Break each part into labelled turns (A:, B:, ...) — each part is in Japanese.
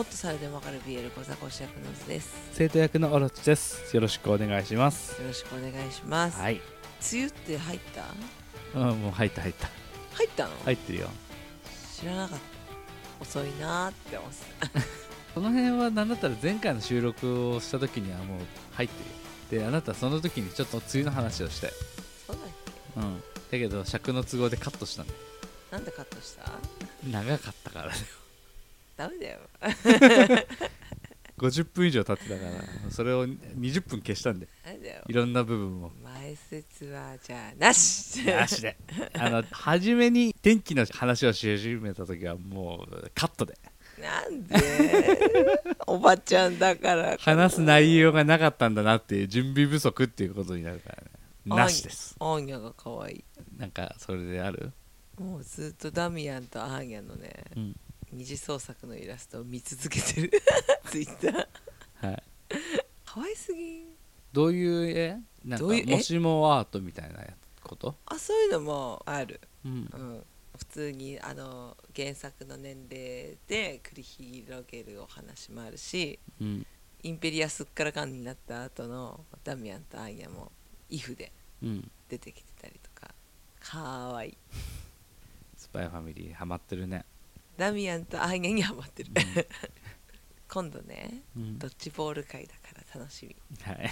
A: っとされてもわかる BL 小ザ講師役のズです
B: 生徒役のオロチですよろしくお願いします
A: よろしくお願いします、
B: はい、
A: 梅雨って入った
B: うん、もう入った入った
A: 入ったの、
B: 入ってるよ
A: 知らなかった遅いなーって思って
B: この辺は何だったら前回の収録をした時にはもう入ってるであなたその時にちょっと梅雨の話をしたい
A: たそうだっ
B: うんだけど尺の都合でカットしたんだよ
A: けなんでカットした
B: 長かったからね
A: ダメだよ
B: 50分以上経ってたからそれを20分消したんで
A: ダメだよ
B: いろんな部分を
A: 前説はじゃあなし
B: なしであの初めに天気の話をし始めた時はもうカットで
A: なんで おばちゃんだから
B: 話す内容がなかったんだなっていう準備不足っていうことになるからねなしです
A: アーニャが可愛い
B: なんかそれである
A: もうずっとダミアンとアーニャのね、
B: うん
A: 二次創作のイラストを見続けてる ツイッター
B: はい
A: 可愛すぎん
B: どういう絵なんか
A: どういう絵
B: もしもアートみたいなこと
A: あそういうのもある、
B: うん
A: うん、普通にあの原作の年齢で繰り広げるお話もあるし
B: うん
A: インペリアスっからかんになった後のダミアンとアーニャもイフで
B: うん
A: 出てきてたりとか可愛い
B: スパイファミリーハマってるね、
A: ダミアンとアーニャにハマってる今度ね
B: うん
A: ドッジボール会だから楽しみ
B: はい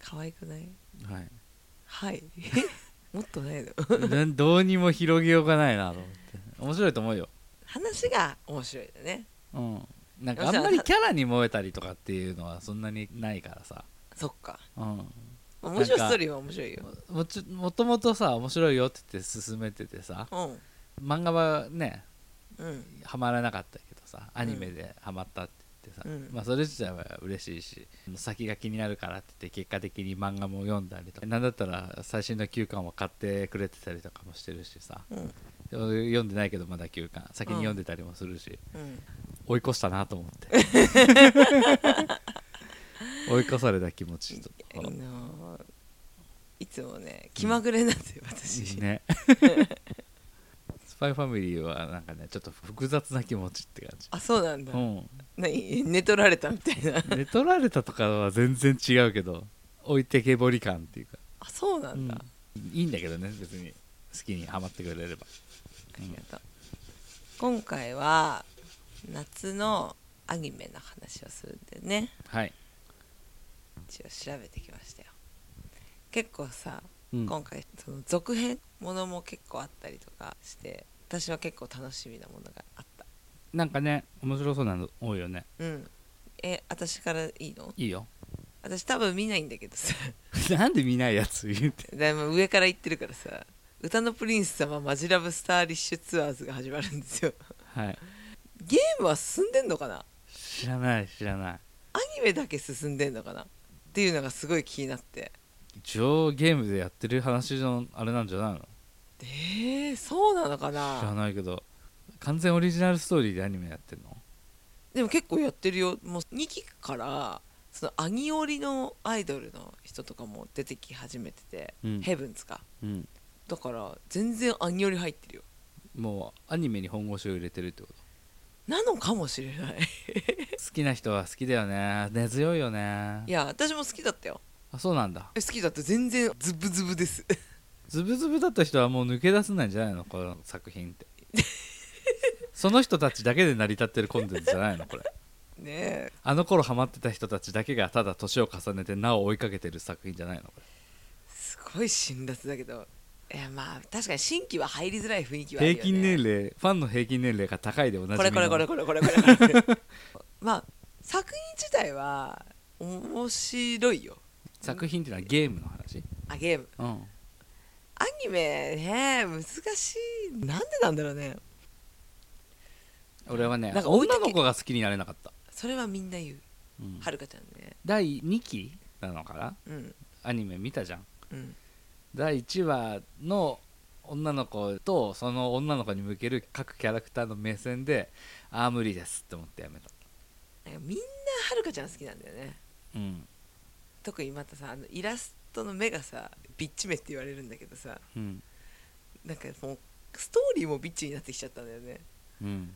A: 可愛くない
B: はい
A: はいもっとないの
B: なん どうにも広げようがないなと思って面白いと思うよ
A: 話が面白いよね
B: うんなんかあんまりキャラに燃えたりとかっていうのはそんなにないからさ
A: そっか
B: うん
A: 面白いストーリーは面白いよ
B: もちもともとさ面白いよって言って進めててさ
A: うん
B: 漫画はね
A: うん
B: ハマらなかったけどさアニメでハマったって言ってさ、
A: うん
B: まあ、それ自体は嬉しいし先が気になるからって言って結果的に漫画も読んだりとかなんだったら最新の9巻を買ってくれてたりとかもしてるしさ
A: うん
B: 読んでないけどまだ9巻先に読んでたりもするし、
A: うん
B: 追い越したなと思って 追い越された気持ちと
A: あのーいつもね気まぐれなんだよ私、
B: ねスパイファミリーはなんかねちょっと複雑な気持ちって感じ
A: あそうなんだ、
B: うん
A: 何寝取られたみたいな
B: 寝取られたとかは全然違うけど置いてけぼり感っていうか、
A: あそうなんだ、
B: うんいいんだけどね別に好きにハマってくれれば
A: ありがとう今回は夏のアニメの話をするんでね
B: はい、
A: 一応調べてきましたよ結構さ、
B: うん
A: 今回その続編ものも結構あったりとかして私は結構楽しみなものがあった
B: なんかね面白そうなの多いよね
A: うんえ私からいいの
B: いいよ
A: 私多分見ないんだけどさ
B: なんで見ないやつ言うて
A: でも上から言ってるからさ歌のプリンス様マジラブスターリッシュツアーズが始まるんですよ
B: はい
A: ゲームは進んでんのかな
B: 知らない知らない
A: アニメだけ進んでんのかなっていうのがすごい気になって
B: 一応ゲームでやってる話のあれなんじゃないの
A: えー、そうなのか
B: 知ら
A: な
B: ないけど完全オリジナルストーリーでアニメやってんの
A: でも結構やってるよもう2期からそのアニオリのアイドルの人とかも出てき始めてて、
B: うん
A: ヘブンズか
B: うん
A: だから全然アニオリ入ってるよ
B: もうアニメに本腰を入れてるってこと
A: なのかもしれ ない
B: 好きな人は好きだよね根強いよね
A: いや私も好きだったよ
B: あそうなんだ
A: え好きだって全然ズブズブです
B: ズブズブだった人はもう抜け出せないんじゃないのこの作品って その人たちだけで成り立ってるコンテンツじゃないのこれ
A: ねえ
B: あの頃ハマってた人たちだけがただ年を重ねてなお追いかけてる作品じゃないのこ
A: すごい辛辣だけどいやまあ確かに新規は入りづらい雰囲気
B: れ
A: はあるよ、ね、
B: 平均年齢ファンの平均年齢が高いで同じみの
A: これこれこれこれこれこれこれまあ作品自体は面白いよ
B: 作品っていうのはゲームの話
A: あゲーム
B: うん
A: アニメね難しいなんでなんだろうね
B: 俺はね
A: なんか追いか
B: 女
A: け
B: の子が好きになれなかった、
A: それはみんな言う
B: うん
A: はるかちゃんね
B: 第2期なのかな
A: うん
B: アニメ見たじゃん
A: うん
B: 第1話の女の子とその女の子に向ける各キャラクターの目線でああ無理ですって思ってやめた
A: なんかみんなはるかちゃん好きなんだよね
B: うん
A: 特にまたさあのイラストの目がさビッチ目って言われるんだけどさ
B: うん
A: なんかもうストーリーもビッチになってきちゃったんだよね
B: うん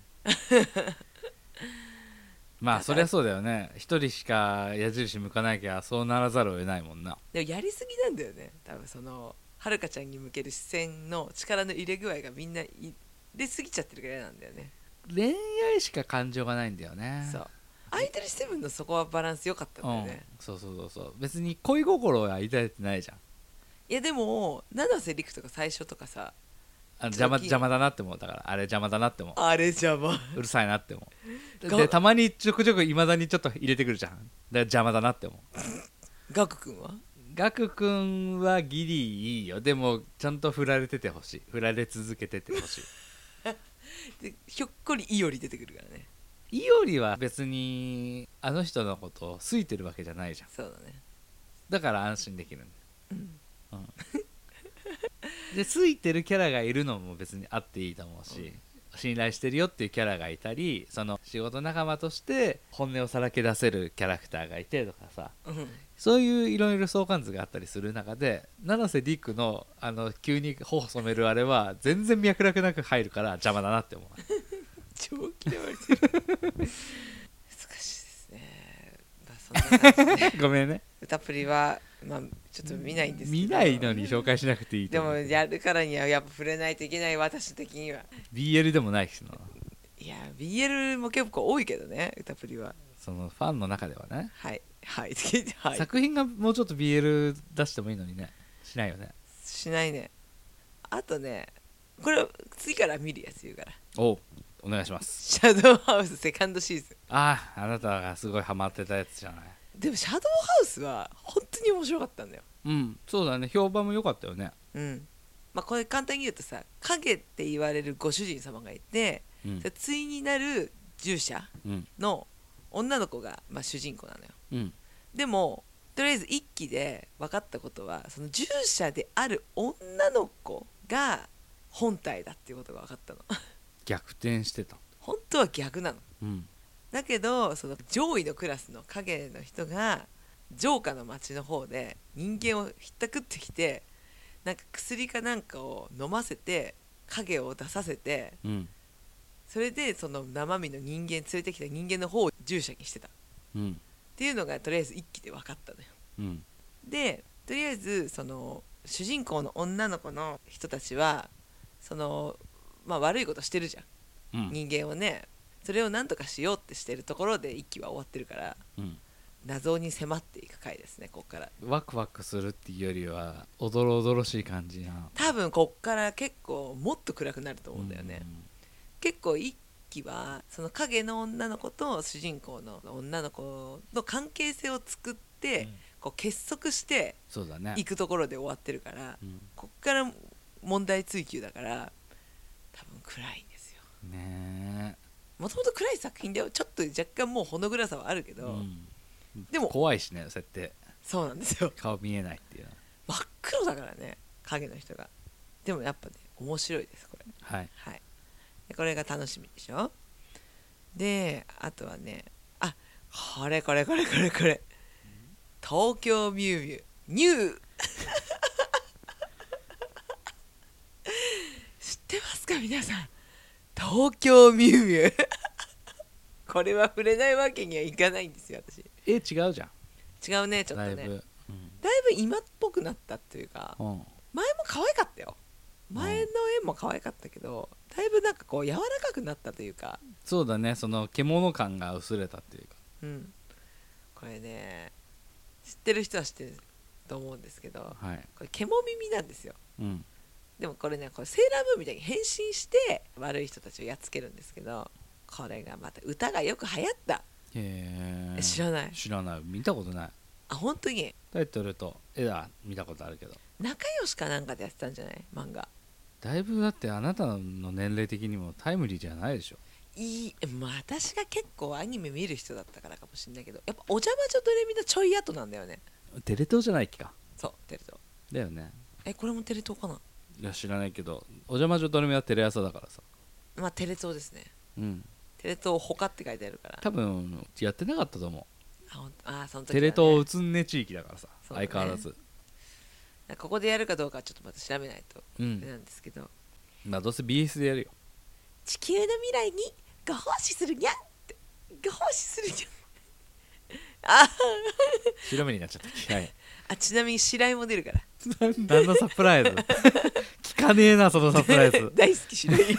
B: ま
A: た
B: あ
A: だ
B: そりゃそうだよね一人しか矢印向かなきゃそうならざるを得ないもんな
A: でもやりすぎなんだよね多分そのはるかちゃんに向ける視線の力の入れ具合がみんな入れすぎちゃってるぐらいなんだよね、
B: 恋愛しか感情がないんだよね
A: そうアイドルセブンのそこはバランス良かったんだよね、
B: うん、そうそうそうそう別に恋心は抱いてないじゃん
A: いやでも七瀬陸とか最初とかさ
B: あの邪魔
A: 時々
B: 邪魔だなって思うだからあれ邪魔だなって思
A: あれ邪魔
B: ううるさいなって思う
A: が
B: でたまにちょくちょくいまだにちょっと入れてくるじゃんだから邪魔だなって思う
A: ガク君は
B: ガク君はギリいいよでもちゃんと振られててほしい振られ続けててほしい
A: でひょっこりイオリ出てくるからね
B: いおりは別にあの人のことを好いてるわけじゃないじゃん
A: そうだね
B: だから安心できるんだよ、うんで好いてるキャラがいるのも別にあっていいと思うし、信頼してるよっていうキャラがいたりその仕事仲間として本音をさらけ出せるキャラクターがいてとかさ
A: うん
B: そういういろいろ相関図があったりする中で七瀬リクのあの急に頬染めるあれは全然脈絡なく入るから邪魔だなって思う
A: 超嫌われてる難しいですねまあそんな感 じで
B: ごめんね
A: 歌プリはまあちょっと見ないんですけど
B: 見ないのに紹介しなくていい
A: で
B: と思
A: も
B: う
A: やるからにはやっぱ触れないといけない私的には
B: BL でもないしない
A: や BL も結構多いけどね歌プリは
B: そのファンの中ではね、
A: はいはい はい
B: 作品がもうちょっと BL 出してもいいのにねしないよね
A: しないねあとねこれ次から見るやつ言うから
B: おうお願いし
A: 「
B: ます
A: シャドウハウスセカンドシーズン
B: あああなたがすごいハマってたやつじゃない」
A: でも「シャドウハウス」は本当に面白かったんだよ
B: うんそうだね評判も良かったよね
A: うんまあこれ簡単に言うとさ影って言われるご主人様がいて、
B: うん
A: それ対になる従者
B: うん
A: の女の子が、まあ、主人公なのよ
B: うん
A: でもとりあえず一期で分かったことはその従者である女の子が本体だっていうことが分かったの
B: 逆転してた
A: 本当は逆なの
B: うん
A: だけどその上位のクラスの影の人が城下の町の方で人間をひったくってきてなんか薬かなんかを飲ませて影を出させて
B: うん
A: それでその生身の人間連れてきた人間の方を従者にしてたっ
B: うん
A: ていうのがとりあえず一期で分かったのよ
B: うん
A: でとりあえずその主人公の女の子の人たちはその、まあ、悪いことしてるじゃん
B: うん
A: 人間をねそれを何とかしようってしてるところで一期は終わってるから
B: うん
A: 謎に迫っていく回ですねこっから
B: ワクワクするっていうよりはおどろおどろしい感じな
A: 多分こっから結構もっと暗くなると思うんだよね、結構一期はその影の女の子と主人公の女の子の関係性を作って、
B: うん
A: こう結束して
B: そうだね
A: いくところで終わってるから、
B: うん
A: こっから問題追及だから多分暗いんですよ
B: ね
A: もともと暗い作品ではちょっと若干もうほの暗さはあるけ
B: え
A: ど、
B: うん
A: でも
B: 怖いしねそうやって
A: そうなんですよ
B: 顔見えないっていうのは
A: 真っ黒だからね影の人がでもやっぱね面白いですこれ
B: はい
A: はいでこれが楽しみでしょであとはねあこれこれこれこれこれ東京ミュウミュウニュー 知ってますか皆さん東京ミュウミュウ これは触れないわけにはいかないんですよ私
B: え違うじゃん
A: 違うねちょっとね
B: だい
A: だいぶ
B: ぶ、うん
A: 今っぽくなったっていうか
B: うん
A: 前も可愛かったよ前の絵も可愛かったけど、だいぶなんかこう柔らかくなったというか、
B: そうだねその獣感が薄れたっていうか
A: うん、これね知ってる人は知ってると思うんですけど
B: はい、
A: これ獣耳なんですよ
B: うん、
A: でもこれねこれセーラームーンみたいに変身して悪い人たちをやっつけるんですけどこれがまた歌がよく流行った、
B: へえ
A: え知らない
B: 知らない見たことない
A: あ本当に
B: タイトルと絵は見たことあるけど
A: 仲良しかなんかでやってたんじゃない漫画
B: だいぶだってあなたの年齢的にもタイムリーじゃないでしょ
A: いいまあ私が結構アニメ見る人だったからかもしれないけどやっぱお邪魔女とレミのちょい後なんだよね
B: テレ東じゃないっけか
A: そうテレ東
B: だよね
A: えこれもテレ東かない
B: や知らないけどお邪魔女とレミはテレ朝だからさ
A: まあテレ東ですね
B: うん
A: テレ東他って書いてあるから
B: 多分やってなかったと思う
A: あほんあその時、ね、
B: テレ東宇都宮地域だからさ、
A: そうだね
B: 相変わらず
A: なんかここでやるかどうかはちょっとまた調べないと
B: う
A: あれなんんですけど、
B: まあどうせ BS でやるよ
A: 地球の未来にご奉仕するにゃんってご奉仕するにゃんあ
B: 白目になっちゃった。 はい。
A: あちなみに白井も出るから。
B: 何のサプライズ 聞かねえな、そのサプライズ
A: 大好き白 井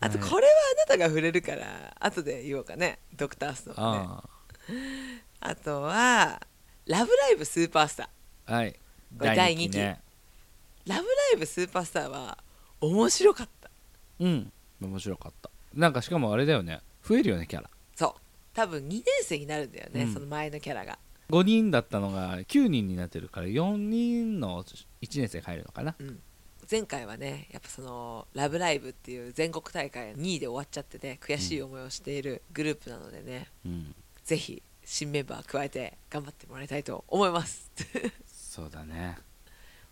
A: あとこれはあなたが触れるから後で言おうかねドクターストーンね
B: あ
A: あとは「ラブライブスーパースター
B: あはい。
A: これ第二期
B: ね。」
A: 「ラブライブスーパースター」は面白かった
B: うん。面白かった。なんかしかもあれだよね。増えるよね、キャラ。
A: そう多分2年生になるんだよね、
B: うん
A: その前のキャラが
B: 5人だったのが9人になってるから4人の1年生入るのかな。
A: 前回はねやっぱその「ラブライブ!」っていう全国大会2位で終わっちゃってね悔しい思いをしているグループなのでね、
B: うん。
A: ぜひ新メンバー加えて頑張ってもらいたいと思います
B: そうだね。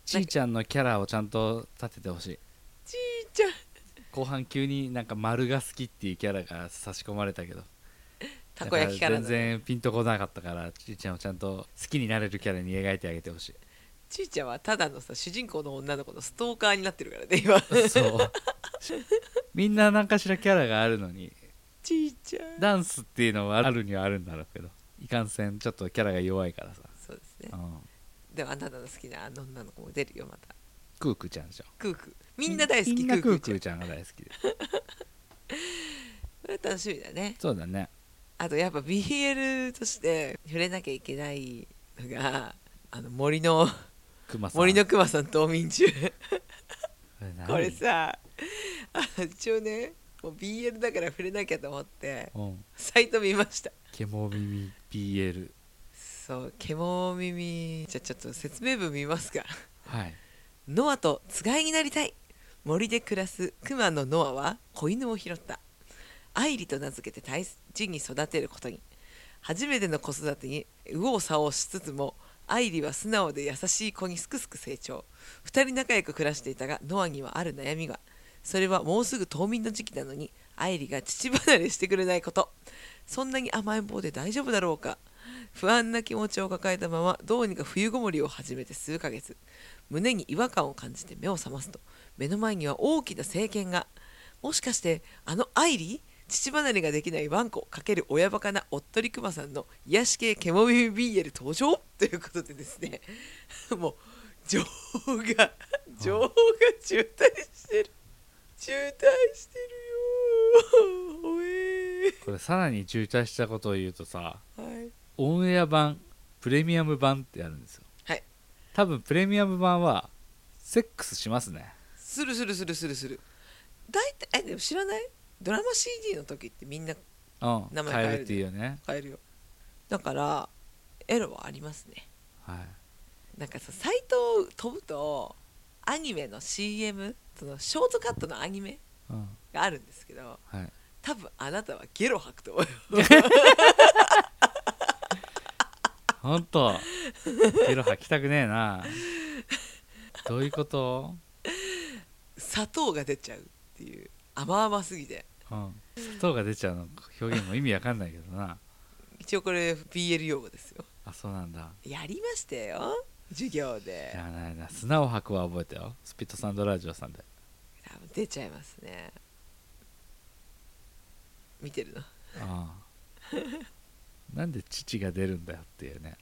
B: ちいちゃんのキャラをちゃんと立ててほしい。
A: ちいちゃん
B: 後半急になんか丸が好きっていうキャラが差し込まれたけど
A: たこ焼きから
B: だ
A: の
B: ら全然ピンとこなかったからちいちゃんをちゃんと好きになれるキャラに描いてあげてほし
A: ちいちゃんはただのさ主人公の女の子のストーカーになってるからね 今
B: いそうみんな何かしらキャラがあるのに
A: ちいちゃん
B: ダンスっていうのはあるにはあるんだろうけどいかんせんちょっとキャラが弱いからさ、
A: そうですね
B: うん、
A: でもあなたの好きなあの女の子も出るよまた
B: クークーちゃんでしょ
A: クークーみんな大好
B: み
A: きク
B: んな
A: ー
B: ク
A: ク
B: ー
A: ー
B: ク
A: ちゃ
B: ー
A: ん
B: ちゃんが大好きで
A: これ楽しみだね
B: そうだね
A: あとやっぱ BL として触れなきゃいけないのがあの森の
B: クマさん
A: 森のクマさん冬眠中
B: 何
A: これさあの一応ねもう BL だから触れなきゃと思って
B: うん
A: サイト見ました
B: ケモ耳 BL
A: そう「獣耳」じゃあちょっと説明文見ますか
B: はい
A: ノアとつがいになりたい森で暮らすクマのノアは子犬を拾った愛理と名付けて大事に育てることに初めての子育てに右往左往しつつも愛理は素直で優しい子にすくすく成長二人仲良く暮らしていたがノアにはある悩みがそれはもうすぐ冬眠の時期なのに愛理が父離れしてくれないことそんなに甘えん坊で大丈夫だろうか不安な気持ちを抱えたままどうにか冬ごもりを始めて数ヶ月胸に違和感を感じて目を覚ますと目の前には大きな政権がもしかしてあのアイリー父離れができないワンコ×親バカなおっとりくまさんの癒し系ケモビビーエル登場 ということでですね もう情が情が渋滞してる渋滞してるよおえ
B: これさらに渋滞したことを言うとさ
A: ーはい
B: オンエア版プレミアム版ってあるんですよ
A: はい
B: 多分プレミアム版はセックスしますね
A: するするするするする大体えでも知らないドラマ CD の時ってみんな
B: うん
A: 名前
B: 変
A: 変
B: え
A: え
B: る
A: る
B: っていうよね
A: 買えるよだからエロはありますね
B: はい
A: なんかさサイトを飛ぶとアニメの CM そのショートカットのアニメ
B: うん
A: があるんですけど
B: はい
A: 多分あなたはゲロ吐くと思うよ
B: ほんとゲロ吐きたくねえなどういうこと
A: 砂糖が出ちゃうっていう甘々すぎて
B: うん砂糖が出ちゃうの表現も意味わかんないけどな
A: 一応これ BL 用語ですよ
B: あそうなんだ
A: やりましたよ授業
B: い
A: で
B: やないな砂を吐くは覚えたよスピットサンドラジオさんで
A: 多分出ちゃいますね見てるの
B: うんなんで乳が出るんだよっていうね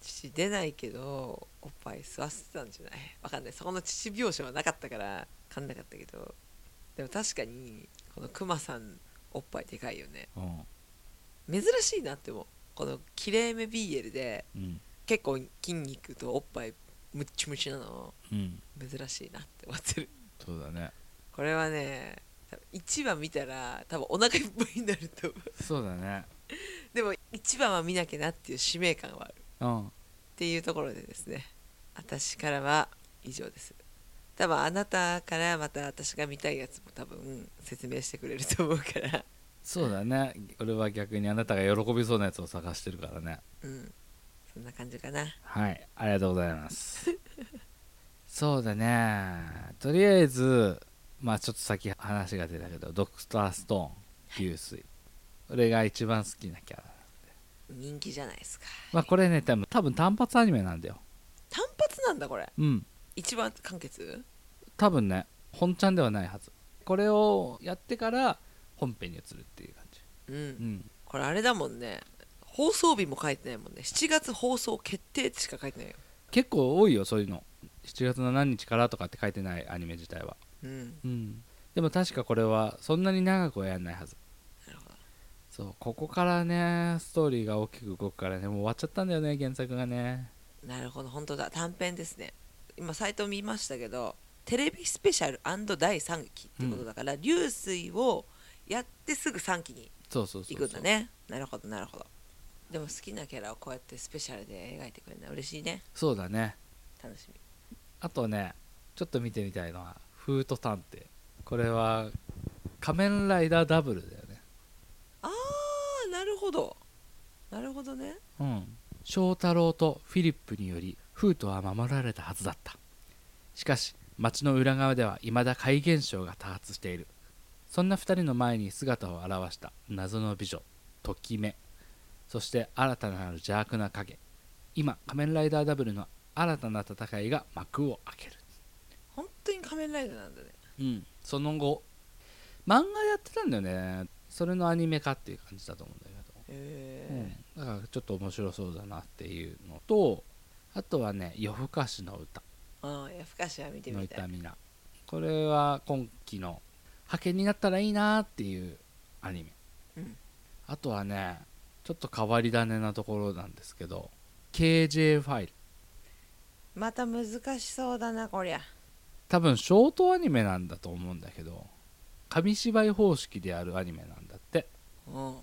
A: 父出ないけどおっぱい吸わせてたんじゃないわかんないそこの父描写はなかったからかんなかったけどでも確かにこのクマさんおっぱいでかいよね
B: うん
A: 珍しいなって思うこのきれいめ BL で
B: うん
A: 結構筋肉とおっぱいムッチムチなの
B: うん
A: 珍しいなって思ってる
B: そうだね
A: これはね多分1話見たら多分お腹いっぱいになると思う
B: そうだね
A: でも1話は見なきゃなっていう使命感はある
B: うん
A: っていうところでですね私からは以上です多分あなたからまた私が見たいやつも多分説明してくれると思うから
B: そうだね俺は逆にあなたが喜びそうなやつを探してるからね
A: うんそんな感じかな
B: はいありがとうございます そうだねとりあえずまあちょっと先話が出たけどドクターストーン流水俺が一番好きなキャラ
A: 人気じゃないですか
B: まあこれね多分多分単発アニメなんだよ
A: 単発なんだこれ
B: うん
A: 一番完結
B: 多分ね本ちゃんではないはずこれをやってから本編に移るっていう感じ、
A: うん
B: うん、
A: これあれだもんね放送日も書いてないもんね7月放送決定ってしか書いてないよ
B: 結構多いよそういうの7月の何日からとかって書いてないアニメ自体は、
A: うん
B: うん、でも確かこれはそんなに長くはやんないはず
A: なるほど
B: そうここからねストーリーが大きく動くからねもう終わっちゃったんだよね原作がね
A: なるほど本当だ短編ですね今サイト見ましたけどテレビスペシャル第3期ってことだから、流水をやってすぐ3期に
B: そうそうそうそ
A: 行
B: う
A: くんだねなるほどなるほどでも好きなキャラをこうやってスペシャルで描いてくれるのは嬉しいね
B: そうだね
A: 楽しみ
B: あとねちょっと見てみたいのは「フート探偵」これは「仮面ライダーダブル」だよね
A: あーなるほどなるほどね
B: うん翔太郎とフィリップによりフートは守られたはずだったしかし町の裏側では未だ怪現象が多発しているそんな2人の前に姿を現した謎の美女ときめそして新たなる邪悪な影今仮面ライダーダブルの新たな戦いが幕を開ける
A: 本当に仮面ライダーなんだね
B: うんその後漫画やってたんだよねそれのアニメ化っていう感じだと思うんだけど
A: へ
B: う
A: え、
B: んだからちょっと面白そうだなっていうのとあとはね「夜更かしの歌
A: あーいやふかしは見」て
B: の
A: みた
B: 痛
A: い
B: みなこれは今期の派遣になったらいいなっていうアニメ
A: うん
B: あとはねちょっと変わり種なところなんですけど KJ ファイル
A: また難しそうだなこりゃ
B: 多分ショートアニメなんだと思うんだけど紙芝居方式であるアニメなんだって
A: うん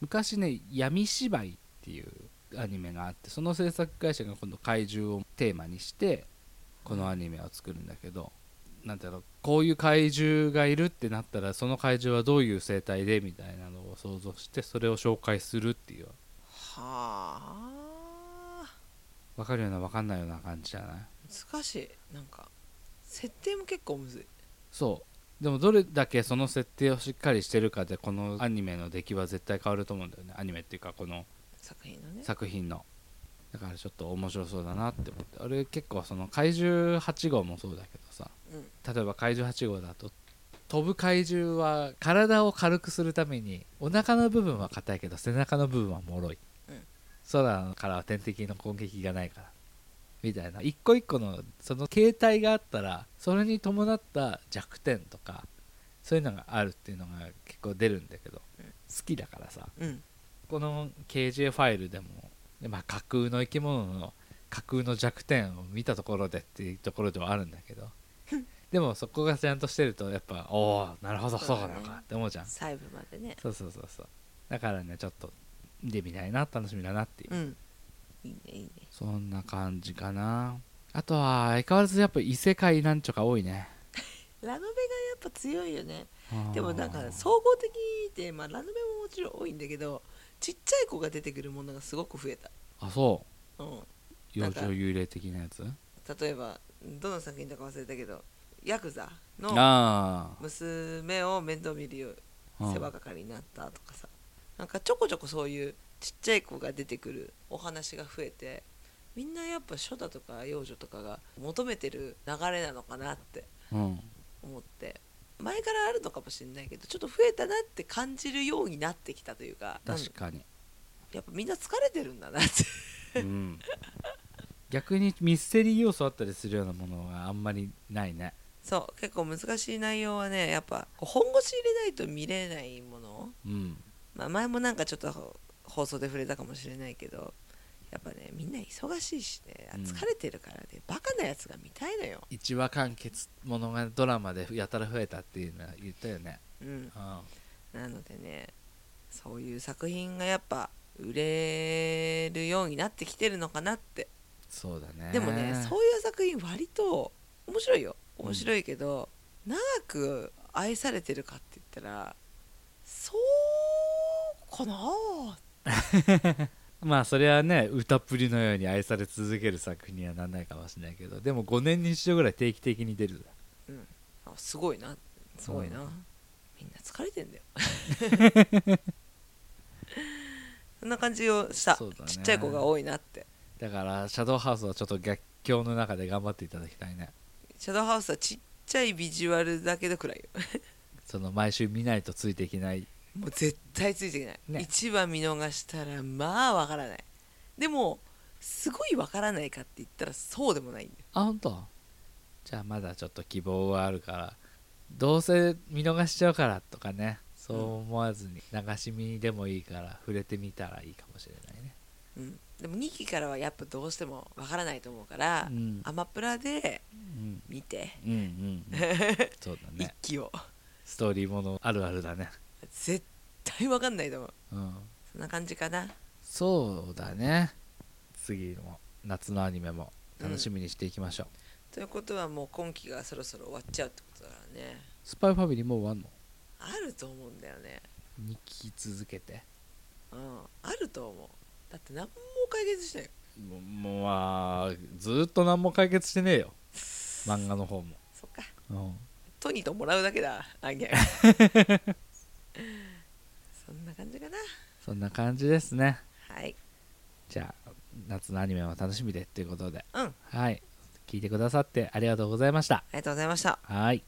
B: 昔ね「闇芝居」っていうアニメがあってその制作会社が今度怪獣をテーマにしてこのアニメを作るんだけどなんていうのこういう怪獣がいるってなったらその怪獣はどういう生態でみたいなのを想像してそれを紹介するっていう
A: はあ
B: 分かるような分かんないような感じじゃない
A: 難しいなんか設定も結構むずい
B: そうでもどれだけその設定をしっかりしてるかでこのアニメの出来は絶対変わると思うんだよねアニメっていうかこの
A: 作品のね
B: 作品のだからちょっと面白そうだなって思ってあれ結構その怪獣8号もそうだけどさ
A: うん
B: 例えば怪獣8号だと飛ぶ怪獣は体を軽くするためにお腹の部分は硬いけど背中の部分は脆
A: う
B: い、
A: ん
B: 空からは天敵の攻撃がないからみたいな一個一個のその形態があったらそれに伴った弱点とかそういうのがあるっていうのが結構出るんだけど、
A: うん
B: 好きだからさ
A: うん
B: この KJ ファイルでも、でまあ、架空の生き物の架空の弱点を見たところでっていうところではあるんだ けどでもそこがちゃんとしてるとやっぱおおなるほど
A: そ
B: そうう
A: だ
B: な
A: ね
B: のかって思うじゃんそ
A: 細部までね
B: うそうそうそうだからねちょっと見てみたいな楽しみだなっていう、
A: うんいいねいいね
B: そんな感じかなあとは相変わらずやっぱ異世界なんちょか多いね
A: ラノベがやっぱ強いよね
B: うん
A: でもなんか総合的で、まあ、ラノベももちろん多いんだけどちっちゃい子が出てくるものがすごく増えた、
B: あそう
A: うん、なん
B: 幼
A: か
B: 女幽霊的なやつ
A: 例えばどの作品だか忘れたけどヤクザの
B: あ
A: 娘を面倒見るよう
B: あうん
A: 世話係になったとかさなんかちょこちょこそういうちっちゃい子が出てくるお話が増えてみんなやっぱ初代とか幼女とかが求めてる流れなのかなって
B: うん
A: 思って前からあるのかもしれないけどちょっと増えたなって感じるようになってきたというかなん
B: 確かに
A: やっぱみんな疲れてるんだなって
B: うん、逆にミステリー要素あったりするようなものがあんまりないね
A: そう結構難しい内容はねやっぱこう本腰入れないと見れないもの、
B: うん
A: まあ、前もなんかちょっと放送で触れたかもしれないけどやっぱねみんな忙しいしね
B: うん
A: 疲れてるからね、バカなやつが見たいのよ、
B: 一話完結ものがドラマでやたら増えたっていうのは言ったよね
A: うん、
B: うん
A: なのでねそういう作品がやっぱ売れるようになってきてるのかなって
B: そうだね
A: でもね、そういう作品割と面白いよ
B: うん
A: 面白いけど、長く愛されてるかって言ったらそうかな
B: まあそれはね歌っぷりのように愛され続ける作品にはならないかもしれないけどでも5年に一度ぐらい定期的に出る
A: あすごいなすごいな、
B: うん
A: みんな疲れてんだよ そんな感じをした、
B: そうだね
A: ちっちゃい子が多いなって
B: だからシャドウハウスはちょっと逆境の中で頑張っていただきたいね
A: シャドウハウスはちっちゃいビジュアルだけど暗いよ
B: その毎週見ないとついていけない
A: もう絶対ついていけない、
B: ね
A: 一話見逃したらまあわからないでもすごいわからないかって言ったらそうでもないんだよ
B: あ本当じゃあまだちょっと希望はあるからどうせ見逃しちゃうからとかねそう思わずに流し見でもいいから触れてみたらいいかもしれないね
A: うん、でも2期からはやっぱどうしてもわからないと思うから、
B: うん
A: アマプラで
B: うん
A: 見て、
B: うんうんうんそうだ
A: 一
B: ね
A: 期を
B: ストーリーものあるあるだね
A: 絶対わかんないと思う
B: うん
A: そんな感じかな
B: そうだね次の夏のアニメも楽しみにしていきましょう、
A: ということはもう今期がそろそろ終わっちゃうってことだからね
B: スパイファミリーもう終わんの
A: あると思うんだよね
B: ?2 期続けて
A: うんあると思うだって何も解決しないよ
B: もうもうまあずっと何も解決してねえ よ漫画の方も、
A: そっか
B: うん、
A: トニーともらうだけだあ げそんな感じかな
B: そんな感じですね
A: はい
B: じゃあ夏のアニメも楽しみでということで
A: うんあり
B: はい聞いてくださってありがとうございました
A: がとうございました
B: はい